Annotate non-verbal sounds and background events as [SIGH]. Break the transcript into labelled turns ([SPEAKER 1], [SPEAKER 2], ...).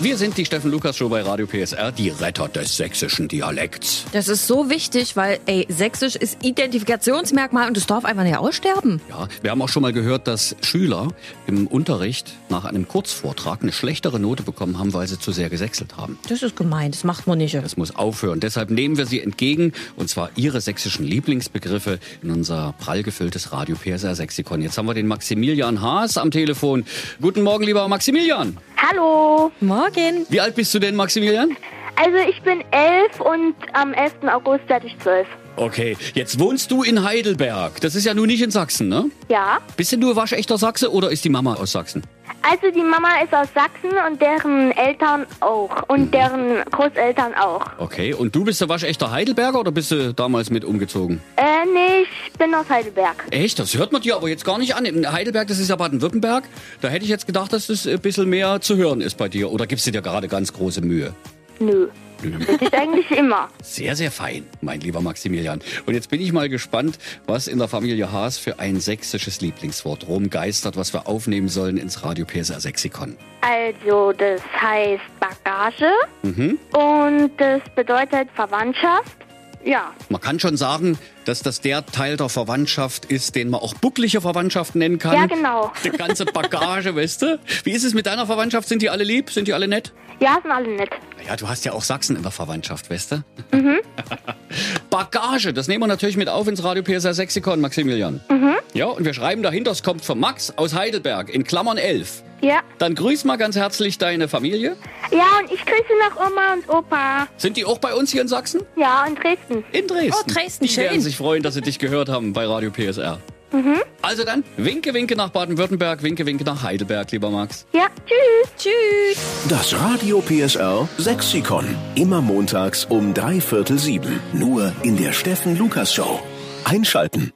[SPEAKER 1] Wir sind die Steffen Lukas Show bei Radio PSR, die Retter des sächsischen Dialekts.
[SPEAKER 2] Das ist so wichtig, weil, ey, Sächsisch ist Identifikationsmerkmal und es darf einfach nicht aussterben.
[SPEAKER 1] Ja, wir haben auch schon mal gehört, dass Schüler im Unterricht nach einem Kurzvortrag eine schlechtere Note bekommen haben, weil sie zu sehr gesächselt haben.
[SPEAKER 2] Das ist gemein, das macht man nicht.
[SPEAKER 1] Das muss aufhören. Deshalb nehmen wir sie entgegen und zwar ihre sächsischen Lieblingsbegriffe in unser prall gefülltes Radio PSR Sexikon. Jetzt haben wir den Maximilian Haas am Telefon. Guten Morgen, lieber Maximilian.
[SPEAKER 3] Hallo.
[SPEAKER 2] Morgen.
[SPEAKER 1] Wie alt bist du denn, Maximilian?
[SPEAKER 3] Also ich bin elf und am 11. August werde ich zwölf.
[SPEAKER 1] Okay, jetzt wohnst du in Heidelberg. Das ist ja nun nicht in Sachsen, ne?
[SPEAKER 3] Ja.
[SPEAKER 1] Bist denn du waschechter Sachse oder ist die Mama aus Sachsen?
[SPEAKER 3] Also die Mama ist aus Sachsen und deren Eltern auch und deren Großeltern auch.
[SPEAKER 1] Okay, und du bist der waschechter Heidelberger oder bist du damals mit umgezogen?
[SPEAKER 3] Äh, nee, ich bin aus Heidelberg.
[SPEAKER 1] Echt? Das hört man dir aber jetzt gar nicht an. In Heidelberg, das ist ja Baden-Württemberg. Da hätte ich jetzt gedacht, dass das ein bisschen mehr zu hören ist bei dir. Oder gibst du dir gerade ganz große Mühe?
[SPEAKER 3] Nö. Das ist eigentlich immer.
[SPEAKER 1] Sehr, sehr fein, mein lieber Maximilian. Und jetzt bin ich mal gespannt, was in der Familie Haas für ein sächsisches Lieblingswort rumgeistert, was wir aufnehmen sollen ins Radio PSR Sexikon.
[SPEAKER 3] Also das heißt Bagage und das bedeutet Verwandtschaft. Ja,
[SPEAKER 1] Man kann schon sagen, dass das der Teil der Verwandtschaft ist, den man auch buckliche Verwandtschaft nennen kann.
[SPEAKER 3] Ja, genau.
[SPEAKER 1] [LAUGHS] Die ganze Bagage, weißt du? Wie ist es mit deiner Verwandtschaft? Sind die alle lieb? Sind die alle nett?
[SPEAKER 3] ja, sind alle nett.
[SPEAKER 1] Naja, du hast ja auch Sachsen in der Verwandtschaft, weißt du?
[SPEAKER 3] Mhm.
[SPEAKER 1] [LAUGHS] Bagage, das nehmen wir natürlich mit auf ins Radio PSR Sexikon, Maximilian.
[SPEAKER 3] Mhm.
[SPEAKER 1] Ja, und wir schreiben dahinter, es kommt von Max aus Heidelberg, in Klammern 11.
[SPEAKER 3] Ja.
[SPEAKER 1] Dann grüß mal ganz herzlich deine Familie.
[SPEAKER 3] Ja, und ich grüße nach Oma und Opa.
[SPEAKER 1] Sind die auch bei uns hier in Sachsen?
[SPEAKER 3] Ja, in Dresden.
[SPEAKER 1] In Dresden.
[SPEAKER 2] Oh, Dresden,
[SPEAKER 1] Die werden
[SPEAKER 2] schön. Mhm.
[SPEAKER 1] sich freuen, dass sie dich gehört haben bei Radio PSR. Also dann, winke, winke nach Baden-Württemberg, winke, winke nach Heidelberg, lieber Max.
[SPEAKER 3] Ja, tschüss.
[SPEAKER 2] Tschüss.
[SPEAKER 4] Das Radio PSR Sexikon. Immer montags um drei Viertel sieben. Nur in der Steffen Lukas Show. Einschalten.